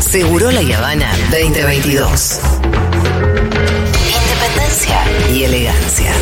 Seguro La Habana 2022. Independencia y elegancia.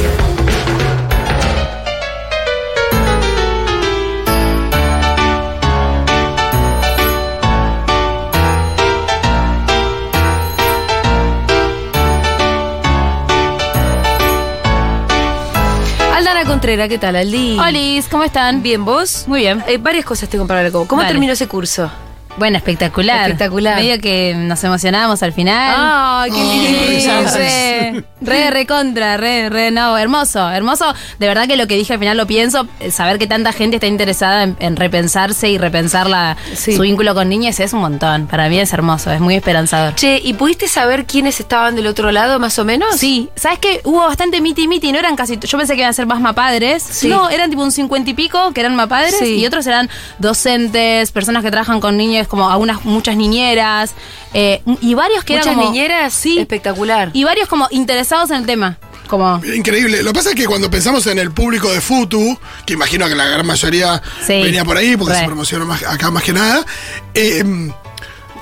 Aldana Contreras, ¿qué tal, Aldi? Olis, ¿cómo están? Bien, ¿vos? Muy bien. Eh, varias cosas tengo para hablar con vos. ¿Cómo Dale. terminó ese curso? Bueno, espectacular. Espectacular. Medio que nos emocionamos al final. ¡Ay, qué Sí, lindo! re, re, re contra, re, re, no, hermoso, hermoso. De verdad que lo que dije al final lo pienso, eh, saber que tanta gente está interesada en, en repensarse y repensar la, Sí. su vínculo con niñas es un montón. Para mí es hermoso, es muy esperanzador. Che, ¿y pudiste saber quiénes estaban del otro lado, más o menos? Sí, ¿sabes qué? Hubo bastante miti miti, no eran casi. Yo pensé que iban a ser más mapadres. Sí. No, eran tipo un cincuenta y pico que eran mapadres Sí. y otros eran docentes, personas que trabajan con niños, como algunas, muchas niñeras. eh, y varios que ¿Muchas eran. como- niñeras? Sí. Espectacular. Y varios como interesados en el tema. Como. Increíble. Lo que pasa es que cuando pensamos en el público de Futu, que imagino que la gran mayoría Sí. venía por ahí, porque Re. se promocionó más, acá más que nada, eh,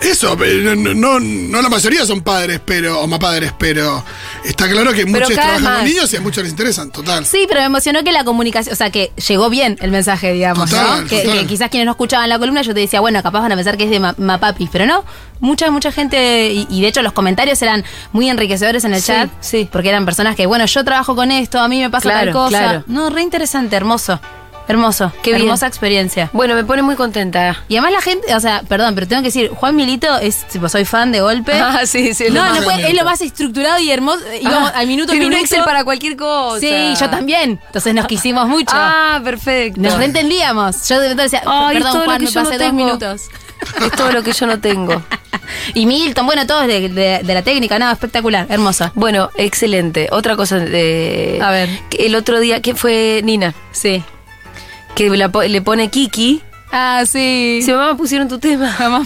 eso, eh, no, no, no la mayoría son padres, pero, o más padres, pero está claro que muchos cada vez trabajan con más. niños y a muchos les interesan, total. Sí, pero me emocionó que la comunicación, o sea, que llegó bien el mensaje, digamos, Total, ¿no? Que, total. que quizás quienes no escuchaban la columna yo te decía, bueno, capaz van a pensar que es de ma- Mapapi, pero no, mucha, mucha gente, y, y de hecho los comentarios eran muy enriquecedores en el Sí, chat, sí. porque eran personas que, bueno, yo trabajo con esto, a mí me pasa Claro, tal cosa. claro. No, re interesante, hermoso, hermoso, qué Qué bien. hermosa experiencia. Bueno, me pone muy contenta. Y además la gente, o sea, perdón, pero tengo que decir, Juan Milito es, tipo, soy fan de golpe. Ah, sí, sí, lo No, más no puede- es lo más estructurado y hermoso, y vamos, al minuto Tiene minuto. un Excel para cualquier cosa. Sí, yo también. Entonces nos quisimos mucho. Ah, perfecto. Nos entendíamos. Yo de repente decía, Ay, es todo perdón, lo Juan, que me yo no pasé dos tengo. minutos. Es todo lo que yo no tengo. Y Milton, bueno, todos de, de- de la técnica, nada, espectacular, hermosa. Bueno, excelente. Otra cosa de... A ver. que El otro día, que fue Nina? Sí. Que la po- le pone Kiki. Ah, sí. Dice, mamá, pusieron tu tema. Mamá,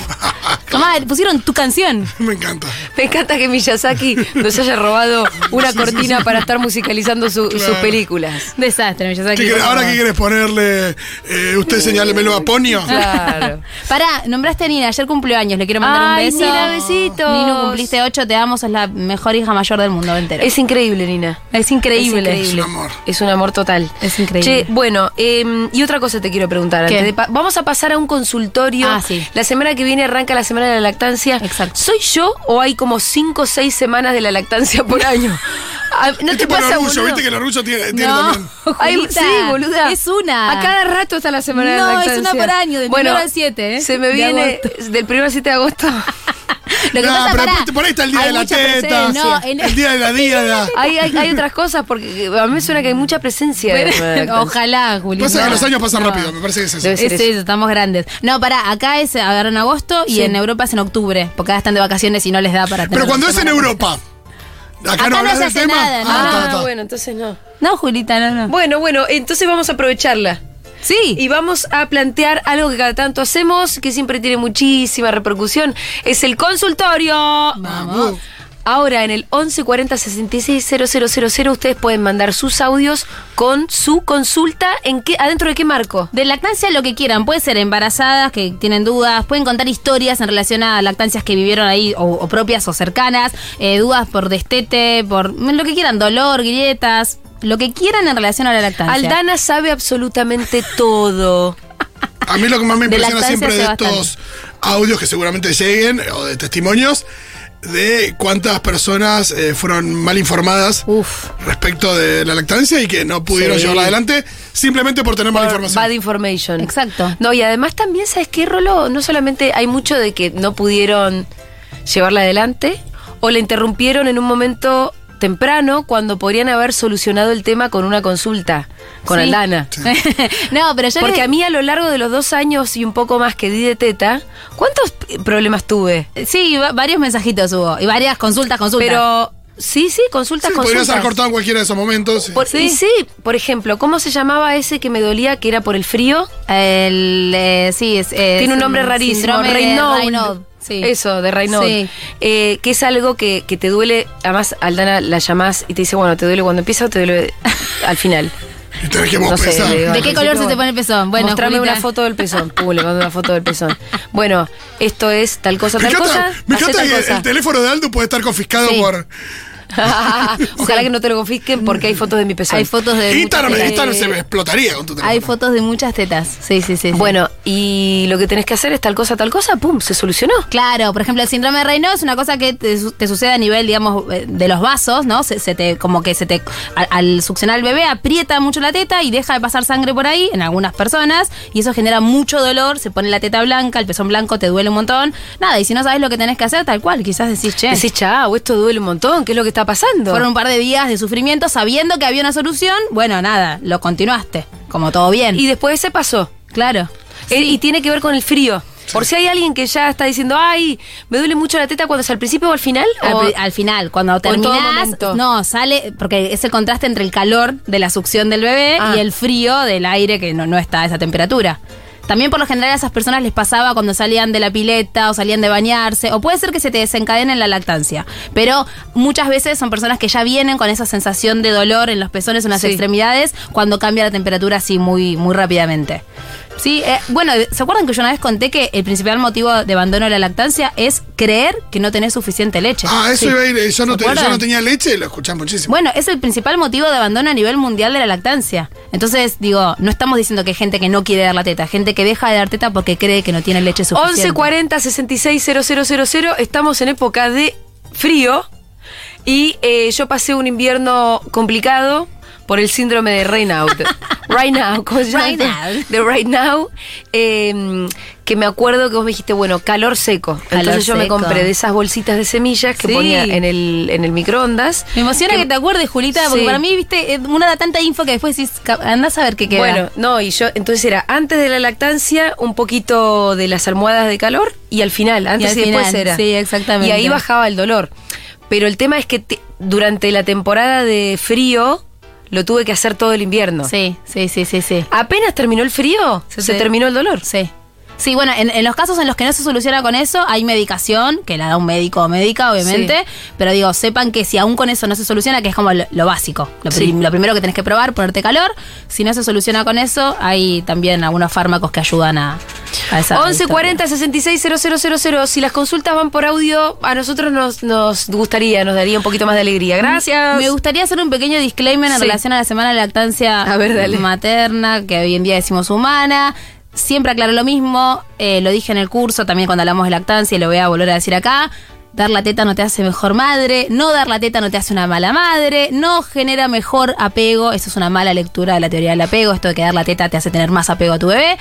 Mamá, pusieron tu canción. Me encanta. Me encanta que Miyazaki nos haya robado una cortina para estar musicalizando su- sus películas. Desastre, me ¿Qué querés- ¿Ahora qué quieres ponerle? Eh, ¿Usted señálemelo a Ponio? Claro. Pará, nombraste a Nina, ayer cumplió años, le quiero mandar Ay, un beso. Nina, besitos. Nino, cumpliste ocho, te amo, sos la mejor hija mayor del mundo entero. Es increíble, Nina. Es increíble. Es un amor. Es un amor total. Es increíble. Che, bueno, em, y otra cosa te quiero preguntar. ¿Qué? antes de pa- vamos a pasar a un consultorio. Ah, sí. La semana que viene arranca la semana de la lactancia. Exacto. ¿Soy yo o hay como cinco o seis semanas de la lactancia por año? Ah, ¿No es te tipo el pasa, orgullo, boludo? viste que el orgullo tiene, tiene también. Ay, Julita, sí, boluda. es una. A cada rato está la semana de No, la es lactancia. una por año, del bueno, primero al siete, ¿eh? Se me de viene agosto. del primero al 7 de agosto. Lo que No, pasa, pero pará, aparte por ahí está el día hay de la mucha teta, presencia, no, en- el día de la diada. hay, hay, hay otras cosas, porque a mí me suena que hay mucha presencia de la semana de la Pero- lactancia. Ojalá, Julita. Pasa que los años pasan No. rápido, me parece que es eso. Debe Es ser eso, estamos grandes. No, pará, acá es ahora en agosto y Sí. en Europa es en octubre, porque acá están de vacaciones y no les da para tener Pero cuando una es en semana. Europa. Acá, Acá no no hablas se del hace tema. nada, ¿no? Ah, Ah, ta, ta. bueno, entonces no. No, Julita, no, no. Bueno, bueno, entonces vamos a aprovecharla. Sí. Y vamos a plantear algo que cada tanto hacemos, que siempre tiene muchísima repercusión, es el consultorio. Vamos. Ahora en el 1140 000 ustedes pueden mandar sus audios con su consulta en qué adentro de qué marco. De lactancia lo que quieran, puede ser embarazadas que tienen dudas, pueden contar historias en relación a lactancias que vivieron ahí o, o propias o cercanas, eh, dudas por destete, por lo que quieran, dolor, grietas, lo que quieran en relación a la lactancia. Aldana sabe absolutamente todo. A mí lo que más me De impresiona lactancia siempre de sé bastante. estos audios que seguramente lleguen, o de testimonios, de cuántas personas eh, fueron mal informadas Uf. respecto de la lactancia y que no pudieron Sí. llevarla adelante simplemente por tener mala información. Bad information. Exacto. No, y además también, ¿sabes qué, Rolo? No solamente hay mucho de que no pudieron llevarla adelante o la interrumpieron en un momento temprano cuando podrían haber solucionado el tema con una consulta con Sí. Aldana. no, pero yo Porque les- a mí a lo largo de los dos años y un poco más que di de teta, ¿cuántos p- problemas tuve? Sí, va- varios mensajitos hubo y varias consultas, consultas. Pero sí, sí, consultas, Sí, podrías consultas. haber cortado en cualquiera de esos momentos. Por- Sí. Y sí, por ejemplo, ¿cómo se llamaba ese que me dolía que era por el frío? El, eh, sí, es, es Tiene un nombre el rarísimo, síndrome de Raynaud. Raynaud, sí. Eso, de Raynaud. Sí. Eh, que es algo que, que te duele, además Aldana la llamás y te dice, bueno, ¿te duele cuando empieza o te duele al final? Y tenés que vos No sé, pensar. le digo, ¿De qué color se te pone el pezón? Bueno, Mostrame Julita. una foto del pezón. Pum, le mando una foto del pezón. Bueno, esto es tal cosa, me tal encanta, cosa. me hacé encanta tal que cosa. el teléfono de Aldo puede estar confiscado Sí. por. Ojalá que no te lo confisquen porque hay fotos de mi pezón. Hay fotos de. muchas Instagram, tetas. Instagram se me explotaría con tu teléfono. Hay fotos de muchas tetas. Sí, sí, sí. sí. Bueno, y lo que tenés que hacer es tal cosa, tal cosa, pum, se solucionó. Claro, por ejemplo, el síndrome de Reino es una cosa que te, su- te sucede a nivel, digamos, eh, de los vasos, ¿no? Se, se te, como que se te, al, al succionar el bebé, aprieta mucho la teta y deja de pasar sangre por ahí en algunas personas y eso genera mucho dolor, se pone la teta blanca, el pezón blanco te duele un montón, nada, y si no sabes lo que tenés que hacer, tal cual, quizás decís, che, Decís, chao, esto duele un montón, ¿qué es lo que está pasando? fueron un par de días de sufrimiento sabiendo que había una solución, bueno, nada, lo continuaste, como todo bien. Y después se pasó. claro. Eh, Y tiene que ver con el frío. Por si hay alguien que ya está diciendo, ay, me duele mucho la teta cuando es al principio o al final. Al, o- pri- al final, cuando en todo terminas, momento. no, sale, porque es el contraste entre el calor de la succión del bebé Ah. y el frío del aire que no, no está a esa temperatura. También por lo general a esas personas les pasaba cuando salían de la pileta o salían de bañarse, o puede ser que se te desencadene en la lactancia. Pero muchas veces son personas que ya vienen con esa sensación de dolor en los pezones o en las Sí. extremidades cuando cambia la temperatura así muy, muy rápidamente. Sí, eh, bueno, ¿se acuerdan que yo una vez conté que el principal motivo de abandono de la lactancia es creer que no tenés suficiente leche? Ah, eso Sí. iba a ir. eh, Yo no, ¿Se te- yo acuerdan? no tenía leche, lo escuchás muchísimo. Bueno, es el principal motivo de abandono a nivel mundial de la lactancia. Entonces, digo, no estamos diciendo que hay gente que no quiere dar la teta, gente que deja de dar teta porque cree que no tiene leche suficiente. 1140 000 Estamos en época de frío y eh, yo pasé un invierno complicado por el síndrome de Right Now. de- right Now, con Right now. de Right Now. eh, que me acuerdo que vos me dijiste, bueno, calor seco. Calor Entonces yo me seco. compré de esas bolsitas de semillas que Sí. ponía en el, en el microondas. Me emociona que, te acuerdes, Julita, porque Sí. para mí, viste, es una da tanta info que después decís, ca- andás a ver qué queda. Bueno, no, y yo, entonces era antes de la lactancia, un poquito de las almohadas de calor y al final, antes al y, después final, era. sí, exactamente. Y ahí bajaba el dolor. Pero el tema es que te- durante la temporada de frío lo tuve que hacer todo el invierno. Sí, sí, sí, sí, sí. Apenas terminó el frío, Sí, se sí. terminó el dolor. Sí. Sí, bueno, en, en los casos en los que no se soluciona con eso, hay medicación, que la da un médico o médica, obviamente, pero digo, sepan que si aún con eso no se soluciona, que es como lo, lo básico, lo, pri- Sí. lo primero que tenés que probar, ponerte calor, si no se soluciona con eso, hay también algunos fármacos que ayudan a, a esa... 1140 000 Si las consultas van por audio, a nosotros nos, nos gustaría, nos daría un poquito más de alegría. Gracias. Me gustaría hacer un pequeño disclaimer en Sí. relación a la semana de lactancia A ver, dale. materna, que hoy en día decimos humana. Siempre aclaro lo mismo, eh, lo dije en el curso también cuando hablamos de lactancia y lo voy a volver a decir acá. Dar la teta no te hace mejor madre, no dar la teta no te hace una mala madre, no genera mejor apego, eso es una mala lectura de la teoría del apego, esto de que dar la teta te hace tener más apego a tu bebé.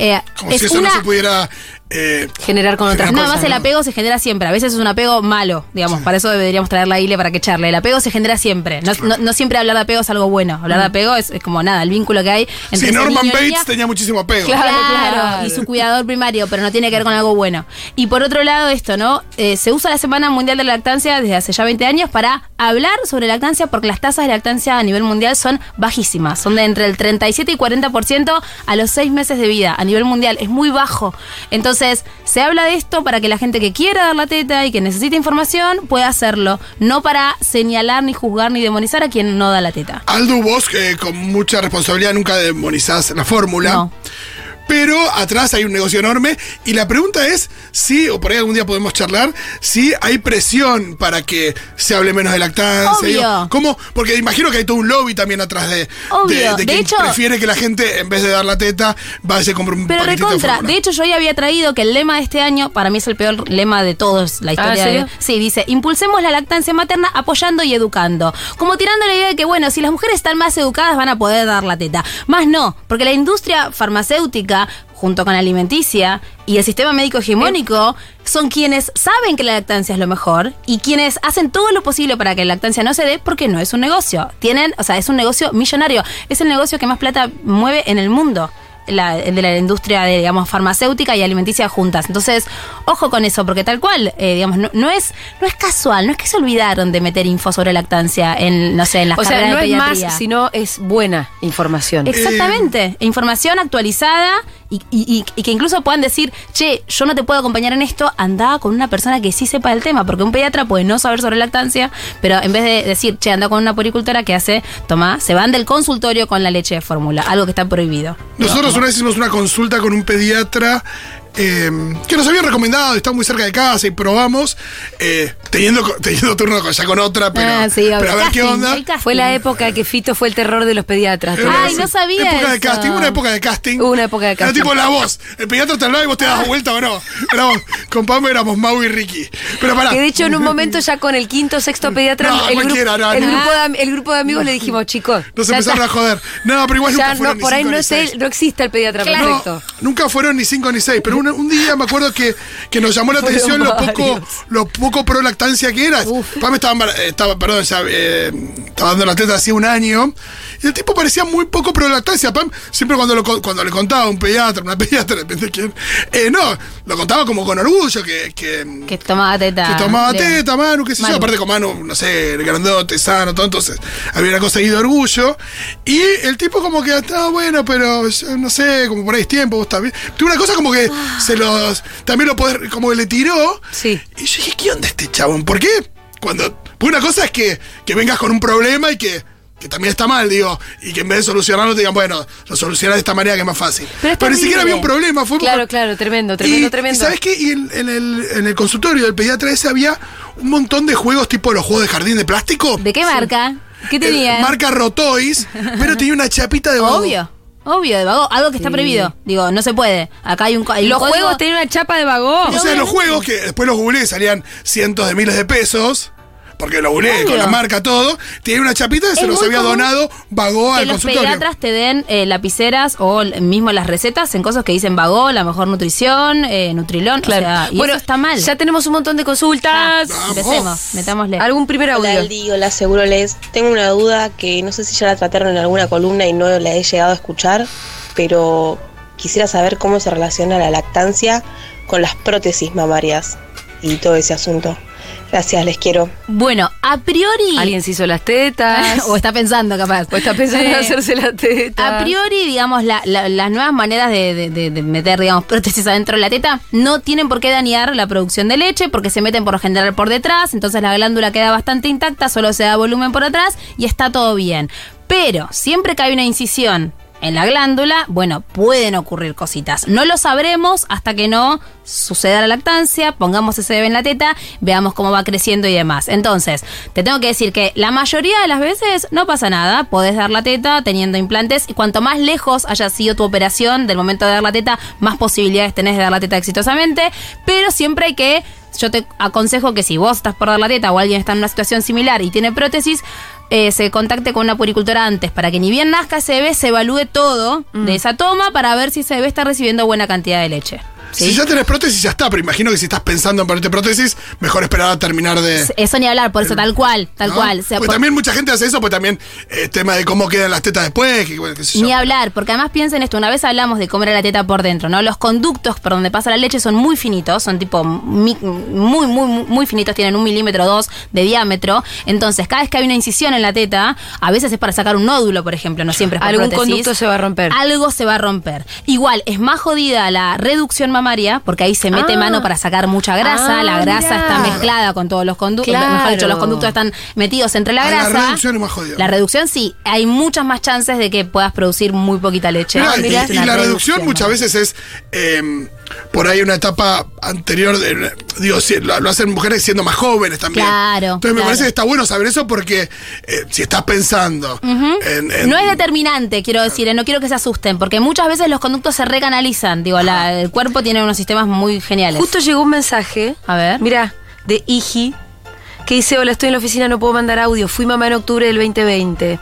Eh, Como si eso no se pudiera. eh, Generar con otras Generar no, además cosas. el ¿no? apego se genera siempre. A veces es un apego malo, digamos. Para eso deberíamos traer la ILE para que charle. El apego se genera siempre. No, no- no siempre hablar de apego es algo bueno. Hablar de apego es, es como nada, el vínculo que hay entre Mm. sí, ese Norman niño y Bates niña. tenía muchísimo apego. Claro. Claro, claro. y su cuidador primario, pero no tiene que ver con algo bueno. Y por otro lado, esto, ¿no? Eh, se usa la Semana Mundial de la Lactancia desde hace ya 20 años para hablar sobre lactancia porque las tasas de lactancia a nivel mundial son bajísimas. Son de entre el 37 y 40% a los 6 meses de vida a nivel mundial. Es muy bajo. Entonces, se habla de esto para que la gente que quiera dar la teta y que necesite información pueda hacerlo. No para señalar, ni juzgar, ni demonizar a quien no da la teta. Aldo, vos que con mucha responsabilidad nunca demonizás la fórmula. No. Pero atrás hay un negocio enorme y la pregunta es si, o por ahí algún día podemos charlar, si hay presión para que se hable menos de lactancia. Obvio. Digo, ¿Cómo? Porque imagino que hay todo un lobby también atrás de, Obvio. de, De quien hecho- prefiere que la gente, en vez de dar la teta, vaya a comprar un Pero paquetito de recontra, fórmula. de hecho yo hoy había traído que el lema de este año, para mí es el peor lema de todos, la historia Ah, ¿en de... serio? Sí, dice, impulsemos la lactancia materna apoyando y educando. Como tirando la idea de que, bueno, si las mujeres están más educadas van a poder dar la teta. Más no, porque la industria farmacéutica, junto con la alimenticia y el sistema médico hegemónico, son quienes saben que la lactancia es lo mejor y quienes hacen todo lo posible para que la lactancia no se dé porque no es un negocio. Tienen, o sea, es un negocio millonario. Es el negocio que más plata mueve en el mundo la, de la industria de, digamos, farmacéutica y alimenticia juntas. Entonces, Ojo con eso, porque tal cual, eh, digamos, no, no es no es casual, no es que se olvidaron de meter info sobre lactancia en, no sé, en las O sea, carreras no de es más, pediatría. sino es buena información. Exactamente, información actualizada y, y- y- y que incluso puedan decir, che, yo no te puedo acompañar en esto, andá con una persona que sí sepa del tema, porque un pediatra puede no saber sobre lactancia, pero en vez de decir, che, anda con una puricultora que hace, tomá, se van del consultorio con la leche de fórmula, algo que está prohibido. Nosotros una vez hicimos una consulta con un pediatra eh, que nos había recomendado, está muy cerca de casa y probamos, eh, teniendo, co- teniendo turno con- ya con otra, pero, Ah, sí, obvio. pero a ver qué Casting, onda. el casting. Fue la época que Fito fue el terror de los pediatras. Era Ay, así. no sabía Época de eso. casting, una época de casting. Hubo una época de casting. Ah. Era tipo la voz. El pediatra te hablaba y vos te das vuelta o no. Éramos- con Pam éramos Mau y Ricky. Pero pará. Que de hecho en un momento ya con el quinto sexto pediatra Ah. Mm. No, el, grupo, cualquiera, no, el, no. grupo de, el grupo de amigos le dijimos, chicos, Nos ya empezaron está. a joder. No, pero igual ya nunca fueron no, ni por ahí cinco no ni es el- seis. no existe el pediatra Claro. perfecto. No, nunca fueron ni cinco ni seis, pero un, un día me acuerdo que, que nos llamó la Fueron atención lo poco, varios. lo poco pro lactancia que eras. Pam estaba, embar- eh, estaba, perdón, ya, eh, estaba dando la teta hacía un año. Y el tipo parecía muy poco pro lactancia. Pam, siempre cuando, lo, co- cuando le contaba a un pediatra, una pediatra, depende de quién. eh, no, lo contaba como con orgullo, que, que, Que tomaba teta. que tomaba Leo. teta, Manu, qué sé Manu. yo. Aparte con Manu, no sé, grandote, sano, todo. Entonces había una cosa ahí de orgullo. Y el tipo como que, ah, bueno, pero yo no sé, como por ahí es tiempo, vos también. Tuve una cosa como que se los... También lo podés, como que le tiró. Ah. Sí. Y yo dije, ¿qué onda este chabón? ¿Por qué? Cuando... Porque una cosa es que, que vengas con un problema y que... Que también está mal, digo. Y que en vez de solucionarlo te digan, bueno, lo solucionás de esta manera que es más fácil. Pero, es ni siquiera terrible. había un problema. Fue Claro, por- claro, tremendo, tremendo, y, tremendo. ¿Sabes qué? Y en, en el, en el consultorio del pediatra ese había un montón de juegos tipo los juegos de jardín de plástico. ¿De qué marca? ¿Qué Eh, tenía? Marca Rotoys, pero tenía una chapita de vago. Obvio. Obvio, de vago, algo que está prohibido. Digo, no se puede. Acá hay un. co- hay un Los código- juegos tenían una chapa de vagón. O sea, los juegos que después los googleé salían cientos de miles de pesos. Porque lo googleé Obvio. con la marca todo. Tenía una chapita y se Es los muy había común donado Vago Que al los consultorio. pediatras te den eh, lapiceras o l- mismo las recetas en cosas que dicen vago, la mejor nutrición, eh, nutrilón. o Claro. sea, y bueno, eso está mal. Ya tenemos un montón de consultas. Ah, Empecemos, metámosle. ¿Algún primer Hola audio? Aldi, hola Seguroles. Tengo una duda que no sé si ya la trataron en alguna columna y no la he llegado a escuchar, pero quisiera saber cómo se relaciona la lactancia con las prótesis mamarias y todo ese asunto. Gracias, les quiero. Bueno, a priori. Alguien se hizo las tetas. o está pensando, capaz. o está pensando en Eh, hacerse las tetas. A priori, digamos, la- la- las nuevas maneras de, de- de- de meter, digamos, prótesis adentro de la teta no tienen por qué dañar la producción de leche porque se meten por lo general por detrás, entonces la glándula queda bastante intacta, solo se da volumen por atrás y está todo bien. Pero siempre que hay una incisión en la glándula, bueno, pueden ocurrir cositas. No lo sabremos hasta que no suceda la lactancia, pongamos ese bebé en la teta, veamos cómo va creciendo y demás. Entonces, te tengo que decir que la mayoría de las veces no pasa nada, podés dar la teta teniendo implantes y cuanto más lejos haya sido tu operación del momento de dar la teta, más posibilidades tenés de dar la teta exitosamente, pero siempre hay que, yo te aconsejo que si vos estás por dar la teta o alguien está en una situación similar y tiene prótesis, eh, se contacte con una puricultora antes, para que ni bien nazca ese bebé, se evalúe todo de esa toma para ver si ese bebé está recibiendo buena cantidad de leche. ¿sí? Si ya tenés prótesis, ya está. Pero imagino que si estás pensando en ponerte prótesis, mejor esperar a terminar de. Eso ni hablar, por eso tal cual, tal Eh, ¿no? cual. O sea, Porque por- también mucha gente hace eso, pues también el tema de cómo quedan las tetas después, que, bueno, qué sé yo. Ni hablar, porque además piensen esto, una vez hablamos de cómo era la teta por dentro, ¿no? Los conductos por donde pasa la leche son muy finitos, son tipo mi- muy, muy, muy, muy finitos, tienen un milímetro o dos de diámetro. Entonces, cada vez que hay una incisión en la teta, a veces es para sacar un nódulo, por ejemplo, no siempre es por Algún prótesis. conducto se va a romper. Algo se va a romper. Igual, es más jodida la reducción mamaria, porque ahí se mete Ah. mano para sacar mucha grasa, Ah, la grasa mirá. está mezclada con todos los conductos, mejor dicho, Claro. los conductos están metidos entre la Ah, la grasa. reducción es más jodida. La reducción sí, hay muchas más chances de que puedas producir muy poquita leche. Ah, Mirá, y- Mirá, es y, una la reducción ¿no? muchas veces es eh, por ahí una etapa anterior, de- digo, si- lo, lo hacen mujeres siendo más jóvenes también. Claro, Entonces me claro. parece que está bueno saber eso porque eh, si estás pensando en, en- No es determinante, quiero decir, eh, no quiero que se asusten, porque muchas veces los conductos se recanalizan. Digo, la- el cuerpo tiene unos sistemas muy geniales. Justo llegó un mensaje. A ver. Mira, de Iji. que dice, hola, estoy en la oficina, no puedo mandar audio, fui mamá en octubre del 2020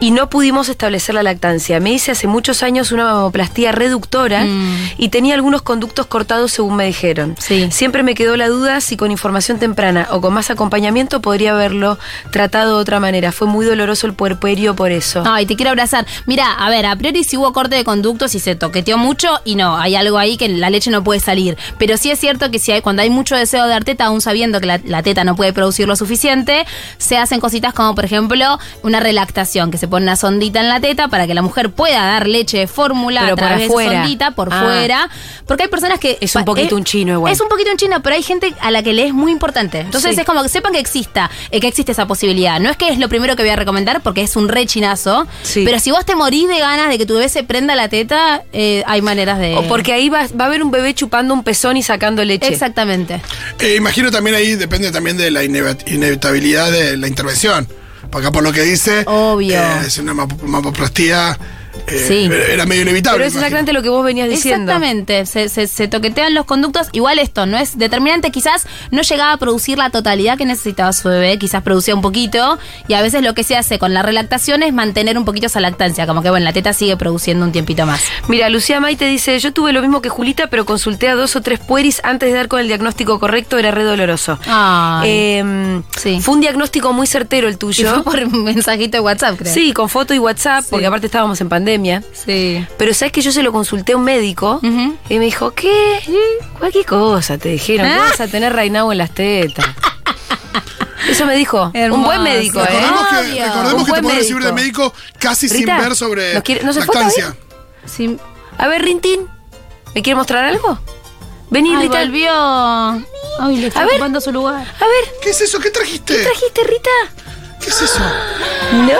y no pudimos establecer la lactancia. Me hice hace muchos años una mamoplastía reductora Mm. y tenía algunos conductos cortados según me dijeron. Sí. Siempre me quedó la duda si con información temprana o con más acompañamiento podría haberlo tratado de otra manera. Fue muy doloroso el puerperio por eso. Ay, te quiero abrazar. Mira, a ver, a priori si hubo corte de conductos y se toqueteó mucho y no, hay algo ahí que la leche no puede salir. Pero sí es cierto que si hay, cuando hay mucho deseo de dar teta, aún sabiendo que la, la teta no puede producir lo suficiente, se hacen cositas como, por ejemplo, una relactación, que se pone una sondita en la teta para que la mujer pueda dar leche de fórmula Pero a por través de afuera. esa sondita, por Ah. fuera. Porque hay personas que... Es pa- un eh, poquito un chino igual. Es un poquito un chino, pero hay gente a la que le es muy importante. Entonces Sí. es como que sepan que exista, eh, que existe esa posibilidad. No es que es lo primero que voy a recomendar porque es un re chinazo, Sí. pero si vos te morís de ganas de que tu bebé se prenda la teta, eh, hay maneras de. O porque ahí va, va a haber un bebé chupando un pezón y sacando leche. Exactamente. Eh, imagino también ahí depende también de la ineve- inevitabilidad de la intervención. Porque acá por lo que dice, Obvio. eh, es una map- mapoplastía, eh, Sí. era medio inevitable. Pero es imagino. exactamente lo que vos venías diciendo. Exactamente. Se, se- se toquetean los conductos. Igual esto no es determinante. Quizás no llegaba a producir la totalidad que necesitaba su bebé. Quizás producía un poquito. Y a veces lo que se hace con la relactación es mantener un poquito esa lactancia. Como que, bueno, la teta sigue produciendo un tiempito más. Mira, Lucía May te dice, yo tuve lo mismo que Julita, pero consulté a dos o tres pueris antes de dar con el diagnóstico correcto, era re doloroso. Ay. Eh, Sí. Fue un diagnóstico muy certero el Y fue tuyo. por un mensajito de WhatsApp, creo. Sí, con foto y WhatsApp, Sí. porque aparte estábamos en pandemia. Sí. Pero sabes que yo se lo consulté a un médico Ujú. y me dijo, ¿qué? Cualquier cosa, te dijeron, ¿Eh? que vas a tener reinado en las tetas. Eso me dijo. Un Hermoso. buen médico, ¿eh? Recordemos que, Obvio. recordemos Un que te buen podés recibir de médico. médico casi sin Rita, ver sobre ¿nos quiere- no se fue lactancia. Sí. A ver, Rintín, ¿me quiere mostrar algo? Vení, Ay, Rita. volvió. Ay, le está A ver. ocupando su lugar. A ver, ¿Qué es eso? ¿Qué trajiste? ¿Qué, trajiste, Rita. es eso? ¡No!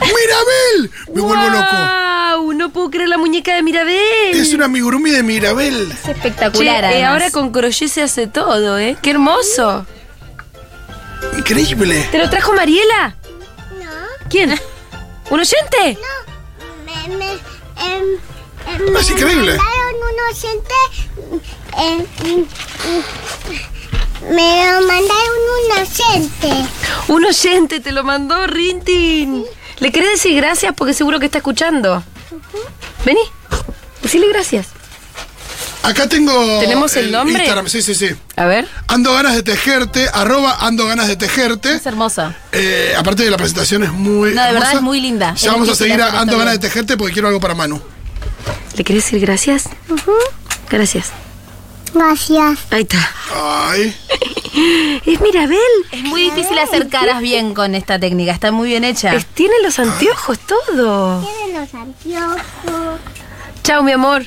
¡Mirabel! Me vuelvo loco. ¡Guau! No puedo creer la muñeca de Mirabel. Es una amigurumi de Mirabel. Es espectacular. Che, eh, además. ahora con crochet se hace todo, ¿eh? ¡Qué hermoso! Increíble. ¿Te lo trajo Mariela? No, ¿Quién? ¿Un oyente? me, me, em, em, Es increíble. Me mandaron un oyente, em, em, em, me lo mandaron un oyente. Un oyente te lo mandó Rintin. ¿Le querés decir gracias? Porque seguro que está escuchando. Vení, decile gracias. Acá tengo. ¿Tenemos el nombre? Instagram, sí, sí, sí. A ver. Ando ganas de tejerte, arroba ando ganas de tejerte. Es hermosa. Eh, aparte de la presentación es muy. No, de verdad hermosa. es muy linda. Es Ya vamos a difícil seguir a hacerlo Ando también. ganas de tejerte porque quiero algo para Manu. ¿Le querés decir gracias? Gracias. Gracias. Ahí está. Ay. Es Mirabel. Es muy difícil hacer caras bien con esta técnica. Está muy bien hecha. Es- tiene los anteojos, todo. Tienen los anteojos. Chao, mi amor.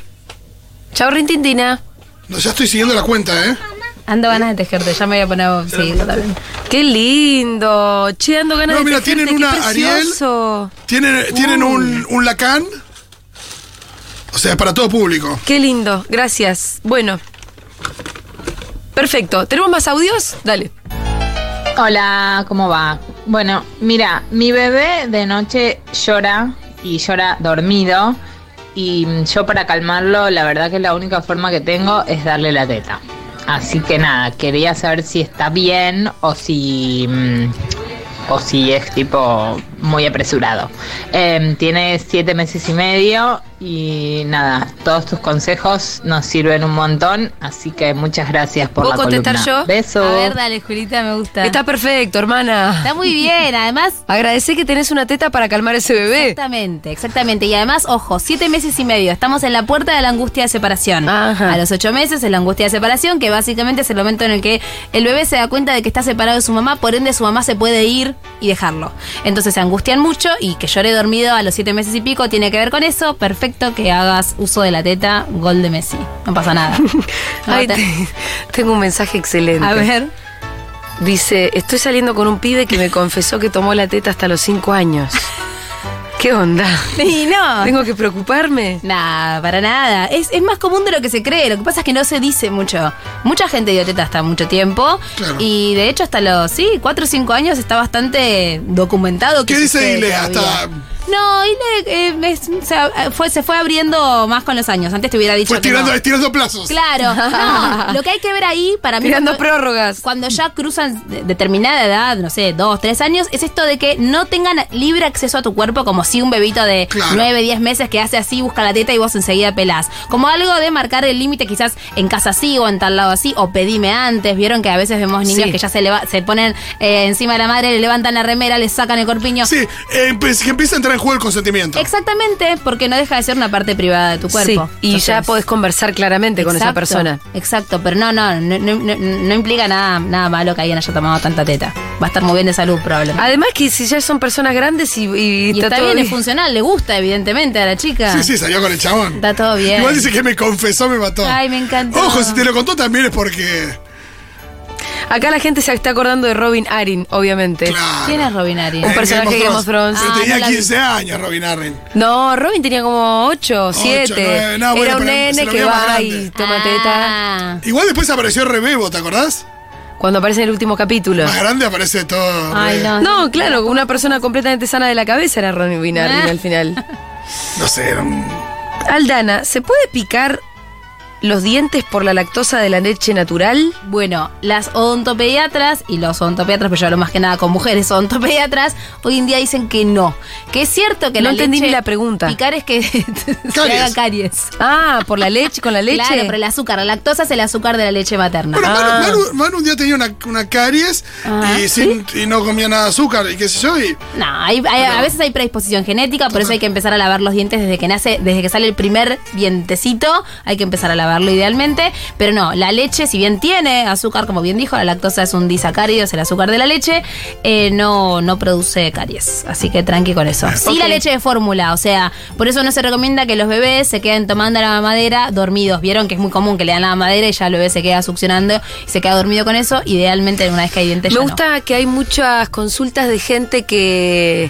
Chao, Rintintina. No, ya estoy siguiendo la cuenta, ¿eh? Ando ganas de tejerte. Ya me voy a poner a sí, también. Qué lindo. Che, dando ganas No, de mira, tejerte, tienen qué una Ariel. precioso. Tienen, tienen un, un Lacan. O sea, es para todo público. Qué lindo. Gracias. Bueno. Perfecto. ¿Tenemos más audios? Dale. Hola, ¿cómo va? Bueno, mira, mi bebé de noche llora y llora dormido y yo para calmarlo, la verdad que la única forma que tengo es darle la teta. Así que nada, quería saber si está bien o si mm, o si es tipo muy apresurado. Em, tiene siete meses y medio y nada, todos tus consejos nos sirven un montón, así que muchas gracias por ¿Puedo la contestar columna. yo? Besos. A ver, dale, Julita, me gusta. Está perfecto, hermana. Está muy bien. Además, Agradecé que tenés una teta para calmar ese bebé. Exactamente, exactamente. Y además, ojo, siete meses y medio. Estamos en la puerta de la angustia de separación. Ajá. A los ocho meses es la angustia de separación, que básicamente es el momento en el que el bebé se da cuenta de que está separado de su mamá, por ende su mamá se puede ir y dejarlo. Entonces se angustian mucho y que llore dormido a los siete meses y pico tiene que ver con eso. Perfecto que hagas uso de la teta, gol de Messi. No pasa nada. No, Ay, te- te- tengo un mensaje excelente. a ver. Dice, estoy saliendo con un pibe que me confesó que tomó la teta hasta los 5 años. ¿Qué onda? Y no. ¿Tengo que preocuparme? Nah, para nada. Es, es más común de lo que se cree. Lo que pasa es que no se dice mucho. Mucha gente dio teta hasta mucho tiempo. Claro. Y de hecho, hasta los, sí, 4 o 5 años está bastante documentado. que ¿Qué dice sucede Ile? todavía. Hasta- No, No, y le- eh, es- o sea, fue, se fue abriendo más con los años. Antes te hubiera dicho. Fue que estirando, no. estirando plazos. Claro, no, lo que hay que ver ahí para mí Tirando cuando, prórrogas. cuando ya cruzan de- determinada edad, no sé, dos, tres años, es esto de que no tengan libre acceso a tu cuerpo como si un bebito de Claro. nueve, diez meses que hace así, busca la teta y vos enseguida pelás. Como algo de marcar el límite quizás en casa así o en tal lado así, o pedime antes, vieron que a veces vemos niños Sí. que ya se, leva- se ponen eh, encima de la madre, le levantan la remera, le sacan el corpiño. Sí, eh, pues, que empieza a entrar en juego el consentimiento. Exactamente, porque no deja de ser una parte privada de tu cuerpo. Sí, y ya Entonces- podés conversar claramente con esa Exacto, persona. Exacto, pero no, no, no, no- no- no implica nada, nada malo que alguien haya tomado tanta teta. Va a estar muy bien de salud probablemente. Además que si ya son personas grandes y, Ah, y y está todo bien, es funcional, le gusta evidentemente a la chica. Sí, sí, salió con el chabón. Está todo bien. Igual dice que me confesó, me mató. Ay, me encantó. Ojo, si te lo contó también es porque. Acá la gente se está acordando de Robin Arin, obviamente. Claro. ¿Quién es Robin Arias? Un Eh, personaje de Game of Thrones. Pero Ah, tenía no la vi. 15 años, Robin Arryn. No, Robin tenía como 8, nueve, 7. no, bueno, Era un pero se nene lo que veía más va grande. y Ah. toma teta. Igual después apareció Rebebo, ¿te acordás? Cuando aparece en el último capítulo. Más grande aparece todo. Ay, Re- no. No, claro, una persona completamente sana de la cabeza era Robin Arin Ah. al final. No sé, era un- Aldana, ¿se puede picar los dientes por la lactosa de la leche natural? Bueno, las odontopediatras y los odontopediatras, pero yo hablo más que nada con mujeres odontopediatras, hoy en día dicen que no. Que es cierto que No la entendí leche- ni la pregunta. Picar es que se Caries. haga caries. Ah, por la leche, con la leche. Claro, pero el azúcar, la lactosa es el azúcar de la leche materna. Bueno, Ah. Manu, Manu- Manu un día tenía una, una caries Ah, y, sin- y no comía nada de azúcar y qué sé yo. Y No, hay- hay- a veces hay predisposición genética, por eso hay que empezar a lavar los dientes desde que nace, desde que sale el primer dientecito, hay que empezar a lavarlo idealmente. Pero no, la leche, si bien tiene azúcar, como bien dijo, la lactosa es un disacárido, es el azúcar de la leche, eh, no, no produce caries. Así que tranqui con eso. Sí, la Ok. leche de fórmula, o sea, por eso no se recomienda que los bebés se queden tomando la mamadera dormidos. Vieron que es muy común que le dan la mamadera y ya el bebé se queda succionando y se queda dormido con eso. Idealmente, una vez que hay dientes, Me ya no. gusta que hay muchas consultas de gente que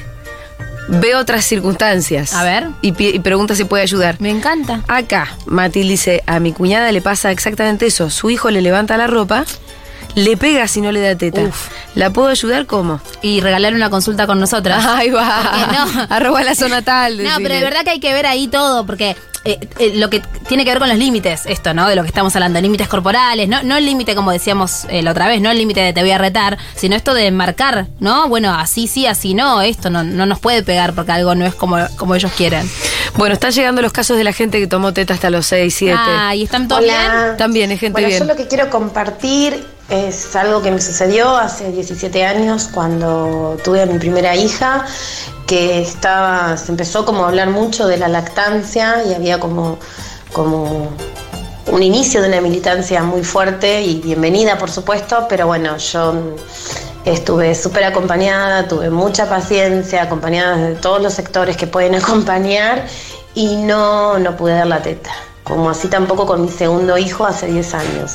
ve otras circunstancias. A ver. Y, pi- y pregunta si puede ayudar. Me encanta. Acá, Mati dice, a mi cuñada le pasa exactamente eso. Su hijo le levanta la ropa, le pega si no le da teta. Uf. ¿La puedo ayudar cómo? y regalar una consulta con nosotras. Ahí va. Porque Ah, no. Arroba la zona tal. No, pero decile. de verdad que hay que ver ahí todo, porque eh, eh, lo que tiene que ver con los límites, esto, ¿no? De lo que estamos hablando, límites corporales, no, no el límite, como decíamos eh, la otra vez, no el límite de te voy a retar, sino esto de marcar, ¿no? Bueno, así sí, así no, esto no, no nos puede pegar porque algo no es como, como ellos quieren. Bueno, están llegando los casos de la gente que tomó teta hasta los 6, 7. Ah, y están todos bien. Hola. También es gente bueno, bien. Yo lo que quiero compartir es algo que me sucedió hace 17 años cuando tuve a mi primera hija, que estaba, se empezó como a hablar mucho de la lactancia y había como, como un inicio de una militancia muy fuerte y bienvenida, por supuesto, pero bueno, yo mm, estuve súper acompañada, tuve mucha paciencia, acompañada de todos los sectores que pueden acompañar y no, no pude dar la teta, como así tampoco con mi segundo hijo hace 10 años.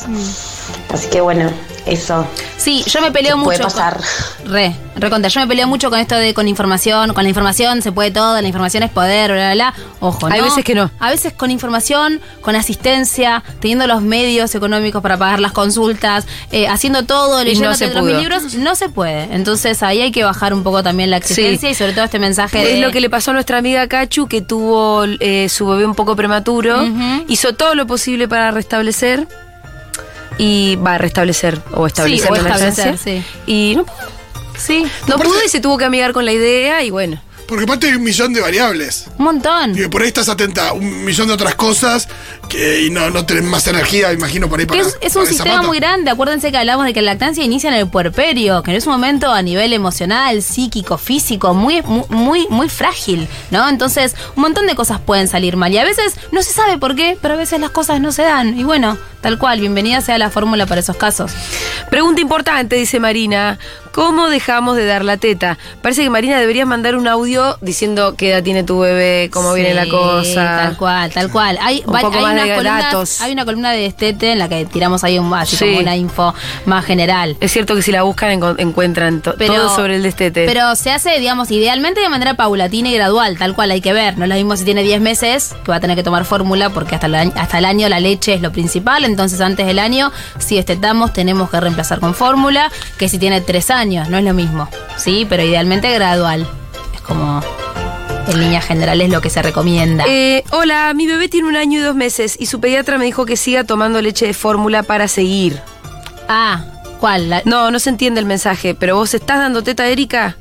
Así que bueno, eso. Sí, yo me peleo Que mucho. puede pasar. con- re, re contra. Yo me peleo mucho con esto de con información, con la información se puede todo, la información es poder, bla, bla, bla. Ojo, Hay veces que no. A veces con información, con asistencia, teniendo los medios económicos para pagar las consultas, eh, haciendo todo, leyendo se todos mis pudo. libros, no se puede. Entonces ahí hay que bajar un poco también la exigencia y sobre todo este mensaje de. Es lo que le pasó a nuestra amiga Cachu, que tuvo eh, su bebé un poco prematuro. Ujú. Hizo todo lo posible para restablecer. Y va a restablecer o establecer o la establecer, emergencia. Y no, pudo. Sí, no Aparte- pudo y se tuvo que amigar con la idea. Y bueno, porque aparte hay un millón de variables. un montón. Y por ahí estás atenta a un millón de otras cosas que, y no, no tenés más energía, imagino, por ahí Que para. es, es un para esa sistema pata. muy grande. Acuérdense que hablamos de que la lactancia inicia en el puerperio, que en ese momento a nivel emocional, psíquico, físico, muy, muy, muy, muy frágil, ¿no? Entonces, un montón de cosas pueden salir mal. Y a veces no se sabe por qué, pero a veces las cosas no se dan. Y bueno, tal cual, bienvenida sea la fórmula para esos casos. pregunta importante, dice Marina. ¿Cómo dejamos de dar la teta? Parece que Marina deberías mandar un audio diciendo qué edad tiene tu bebé, cómo viene la Sí, cosa. Tal cual, tal cual. Hay, Un va- poco hay más unas de columnas- datos. hay una columna de destete en la que tiramos ahí un, así Sí. como una info más general. Es cierto que si la buscan enco- encuentran to- todo sobre el destete. Pero se hace, digamos, idealmente de manera paulatina y gradual, tal cual hay que ver. No es lo mismo si tiene 10 meses, que va a tener que tomar fórmula, porque hasta el, año, hasta el año la leche es lo principal. Entonces, antes del año, si estetamos, tenemos que reemplazar con fórmula, que si tiene 3 años, no es lo mismo. Sí, pero idealmente gradual. Es como. en línea general es lo que se recomienda. Eh, hola, mi bebé tiene un año y dos meses y su pediatra me dijo que siga tomando leche de fórmula para seguir. ah, ¿cuál? La- No, no se entiende el mensaje, pero vos estás dando teta, Erika.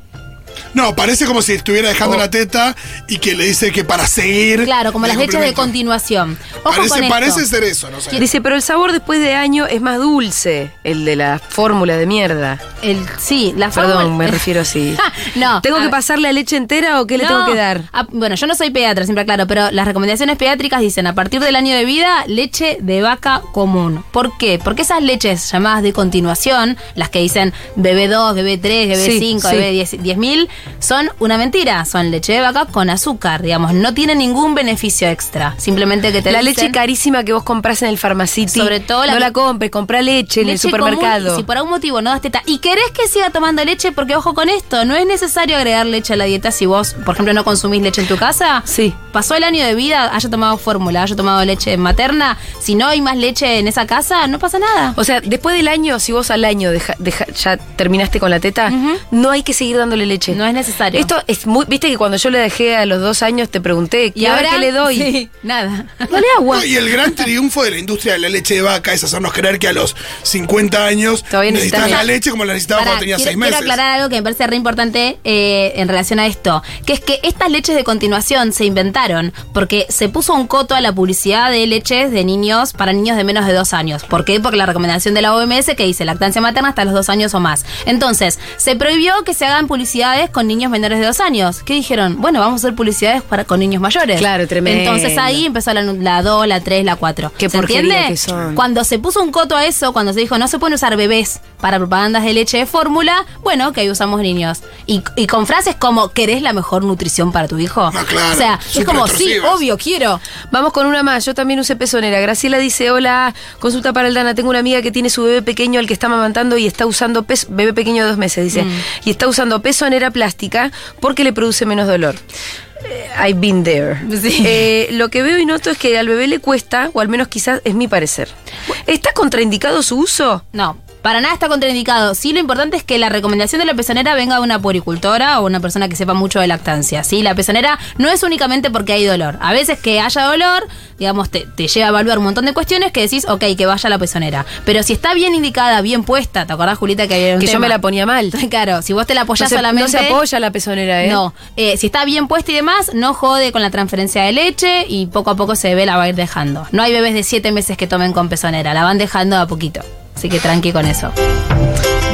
No, parece como si estuviera dejando la teta y que le dice que para seguir. Oh. claro, como le las leches de complementa. continuación. Ojo con Parece, esto. parece ser eso, no sé. Dice, pero el sabor después de año es más dulce, el de la fórmula de mierda. El- sí, la Perdón, fórmula- me refiero así. no. ¿Tengo a que ver. pasar la leche entera o qué le No. tengo que dar? Ah, bueno, yo no soy pediatra, siempre claro, pero las recomendaciones pediátricas dicen a partir del año de vida, leche de vaca común. ¿Por qué? Porque esas leches llamadas de continuación, las que dicen bebé 2, bebé 3, bebé Sí, 5, sí. bebé 10 10.000, son una mentira. Son leche de vaca con azúcar, digamos. No tiene ningún beneficio extra. Simplemente que te la dicen leche carísima que vos compras en el farmacity. Sobre todo la- No la compres, comprá leche en el leche supermercado. común, y si por algún motivo no das teta y querés que siga tomando leche, porque ojo con esto, no es necesario agregar leche a la dieta si vos, por ejemplo, no consumís leche en tu casa. Sí. Pasó el año de vida, haya tomado fórmula, haya tomado leche materna, si no hay más leche en esa casa, no pasa nada. O sea, después del año, si vos al año deja- deja- ya terminaste con la teta, Ujú. no hay que seguir dándole leche. No es necesario. Esto es muy. Viste que cuando yo le dejé a los dos años te pregunté, ¿y ahora qué le doy? Sí, nada. Dale agua. No, y el gran triunfo de la industria de la leche de vaca es hacernos creer que a los 50 años Todavía necesitas necesitas la leche. leche como la necesitaba Pará, cuando tenía quiero, 6 meses. quiero aclarar algo que me parece re importante eh, en relación a esto, que es que estas leches de continuación se inventaron porque se puso un coto a la publicidad de leches de niños para niños de menos de dos años. ¿Por qué? Porque la recomendación de la OMS que dice lactancia materna hasta los dos años o más. Entonces, se prohibió que se hagan publicidades con niños menores de dos años. ¿Qué dijeron? Bueno, vamos a hacer publicidades para, con niños mayores. Claro, tremendo. Entonces ahí empezó la, nu- la 2, la 3, la 4. Qué ¿Se porquería entiende? que son. Cuando se puso un coto a eso, cuando se dijo no se pueden usar bebés para propagandas de leche de fórmula, bueno, que ahí usamos niños. Y, y con frases como, ¿querés la mejor nutrición para tu hijo? Ah, claro, o sea, es súper como, sí, intrusivas. obvio, quiero. Vamos con una más. Yo también usé pezonera. Graciela dice, hola, consulta para Aldana. Tengo una amiga que tiene su bebé pequeño al que está mamantando y está usando pez, bebé pequeño de dos meses, dice, Mm. y está usando pezonera plástica porque le produce menos dolor. Eh, I've been there. Sí. Eh, lo que veo y noto es que al bebé le cuesta, o al menos quizás es mi parecer. ¿Está contraindicado su uso? No, para nada está contraindicado. Sí, lo importante es que la recomendación de la pezonera venga de una puericultora o una persona que sepa mucho de lactancia. Sí, la pezonera no es únicamente porque hay dolor. A veces que haya dolor, digamos, te, te lleva a evaluar un montón de cuestiones que decís, ok, que vaya la pezonera. Pero si está bien indicada, bien puesta, ¿te acordás, Julita, que había un Que yo tema? me la ponía mal. Claro, si vos te la No apoyás se, solamente. no se apoya la pezonera, ¿eh? No, Eh, si está bien puesta y demás, no jode con la transferencia de leche y poco a poco se ve la va a ir dejando. No hay bebés de 7 meses que tomen con pezonera, la van dejando de a poquito. Así que tranqui con eso.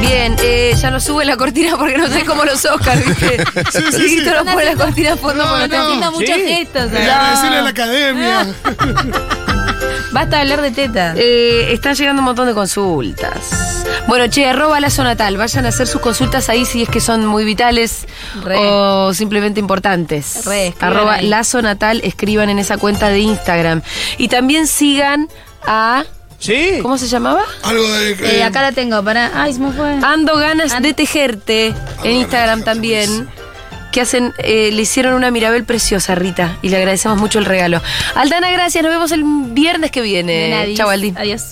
Bien, eh, ya no sube la cortina porque no sé cómo los Oscars, ¿viste? Sí, sí, Y sí. Víctor no pone la cortina por no, No, por no. Haciendo muchos gestos. Eh, ¿no? agradecerle a la academia. Ah. Basta de hablar de tetas. Eh, están llegando un montón de consultas. Bueno, che, arroba la zona tal. Vayan a hacer sus consultas ahí si es que son muy vitales Re. o simplemente importantes. Re, escriban arroba ahí. la zona tal, escriban en esa cuenta de Instagram. Y también sigan a. ¿Sí? ¿Cómo se llamaba? Algo de. Eh, eh, acá la tengo, para. Ay, se me fue. Ando ganas de tejerte en de Instagram tejerte, también. buenísimo. Que hacen, eh, le hicieron una Mirabel preciosa, Rita, y le agradecemos mucho el regalo. Aldana, gracias, nos vemos el viernes que De viene. nadie. Chau, eh, Aldi. Adiós.